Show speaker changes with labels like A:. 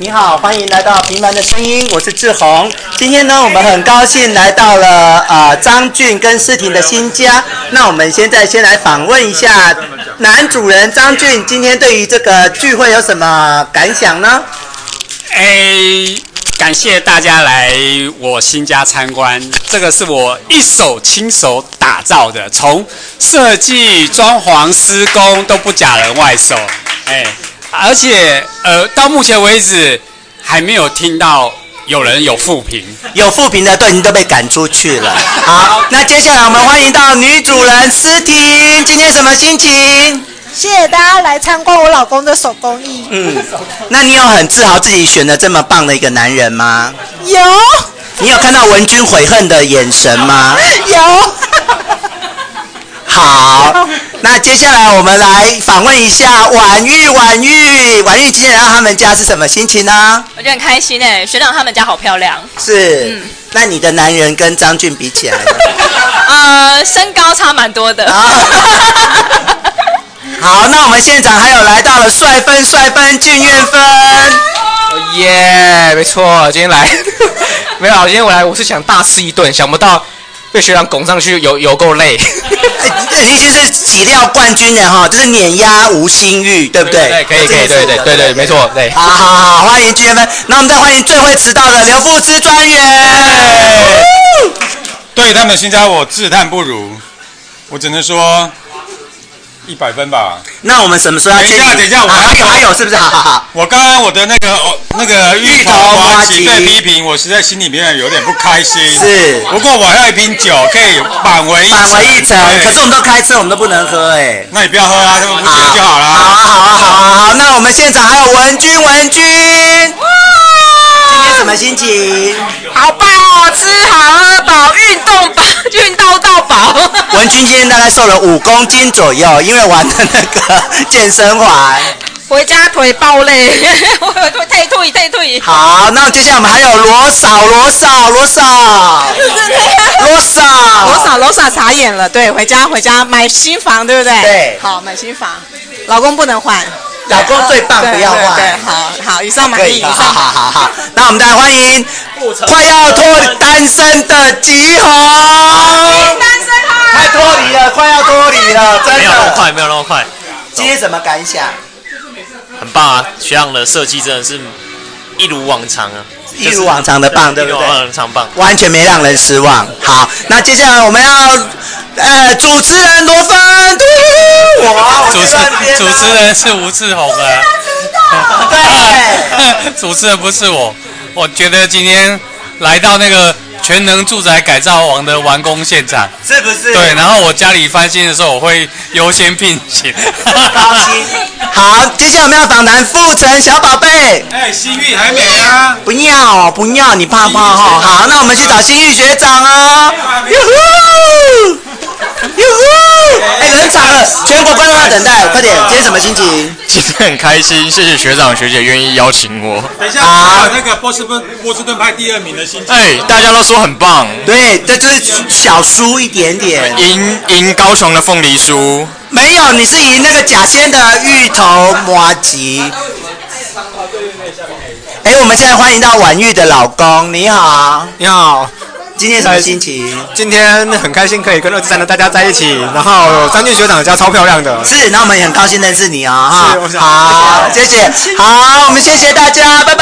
A: 你好，欢迎来到《平凡的声音》，我是志宏。今天呢，我们很高兴来到了呃张俊跟诗婷的新家。那我们现在先来访问一下男主人张俊，今天对于这个聚会有什么感想呢？
B: 哎，感谢大家来我新家参观，这个是我一手亲手打造的，从设计、装潢、施工都不假人外手。哎，而且呃，到目前为止还没有听到有人有负评。
A: 有负评的都已经都被赶出去了。 好，那接下来我们欢迎到女主人诗婷，今天什么心情？
C: 谢谢大家来参观我老公的手工艺。
A: 嗯，那你有很自豪自己选了这么棒的一个男人吗？
C: 有
A: 你有看到文君悔恨的眼神吗？
C: 有，
A: 好，那接下来我们来访问一下婉玉，婉玉，婉玉今天来到他们家是什么心情呢？
D: 我觉得很开心哎、学长他们家好漂亮，
A: 是，
E: 嗯
A: 那你的男人跟张俊比起来呢？
D: 呃，身高差蛮多的。
A: 啊好，那我们现场还有来到了帅分、帅分、俊彦分，
E: 哦耶没错，今天来 没有啊，今天我来我是想大吃一顿，想不到被学长拱上去有有够累，
A: 哎你已经是挤料冠军了哈，就是碾压吴心玉，对不对？
E: 可以可以， 对对对对，没错，对。
A: 好好好，欢迎 GM。那我们再欢迎最会迟到的刘富之专员。
E: 哎
F: 对他们的新家我自叹不如，我只能说一百分吧。
A: 那我们什么时候要
F: 等一下
A: 确定
F: 等一下我
A: 啊还
F: 还
A: 有
F: 有
A: 还有是不是？好好好，
F: 我刚刚我的那个哦那个
A: 芋
F: 芋
A: 头
F: 头
A: 花
F: 花
A: 旗
F: 旗被批评，我实在心里面有点不开心。
A: 是
F: 不过我还有一瓶酒可以挽回一
A: 返回一层。
F: 对
A: 可是我们都开车，我们都不能喝哎。
F: 那你不要喝啊，那么不行就好
A: 好啊
F: 啦。
A: 好啊好啊好啊，那我们现场还有文君文君。今天什么心情？啊
D: 好棒哦，吃好喝饱，运动饱，运动到饱。
A: 文君今天大概瘦了五公斤左右，因为玩的那个健身环。
D: 回家腿爆累， 我我退退退退。
A: 好，那接下来我们还有罗嫂，罗嫂，罗嫂，罗嫂，
C: 罗嫂罗嫂傻眼了。对，回家回家买新房，对不对？
A: 对
C: 好买新房，老公不能换，
A: 老公最棒，
C: 对
A: 不要
C: 对
A: 换
C: 对，。好好，以上满
A: 可
C: 意，
A: 以，
C: 以
A: 好
C: 上
A: 好
C: 满意。
A: 好好，那我们再欢迎快要脱单身的吉宏，
C: 单身
A: 快
C: 汉，
A: 脱离了，快要脱离了，真
G: 没有那么
A: 的。
G: 快，没有那么快，
A: 今天什么感想？
G: 很棒啊！学长的设计真的是一如往常啊，
A: 一如往常的棒，对
G: 一
A: 不
G: 如
A: 对？
G: 往常棒。
A: 完全没让人失望。好，那接下来我们要，呃，主持人罗芬，嘟我我
G: 主持
A: 在那边啊
G: 主持人是吴志宏啊，
A: 对，
G: 主持人不是我。我觉得今天来到那个全能住宅改造王的完工现场，
A: 是不是？
G: 对，然后我家里翻新的时候，我会优先聘请。
A: 高兴。 好，接下来我们要访谈傅城小宝贝。
F: 哎，心玉还没啊。
A: 不尿哦，不尿，你怕怕哦。好，那我们去找新玉学长哦。哟呼，哟呼， 哎，冷场了，全国观众在等待，快点，今天什么心情？
G: 今天很开心，谢谢学长学姐愿意邀请我。
F: 等一下，
A: 好
F: 还有那个波士顿波士顿派第二名的新家。
G: 哎，大家都说很棒，
A: 对，这就是小输一点点，
G: 赢赢高雄的凤梨酥。
A: 没有，你是赢那个假仙的芋头麻吉。哎，我们现在欢迎到婉玉的老公，你好，
E: 你好，
A: 今天什么心情？
E: 今天很开心可以跟二十三的大家在一起，然后张俊学长家超漂亮的，
A: 是，那我们也很高兴认识你哦，
E: 是我
A: 哈，
E: 想
A: 好，谢谢，好，我们谢谢大家，拜拜。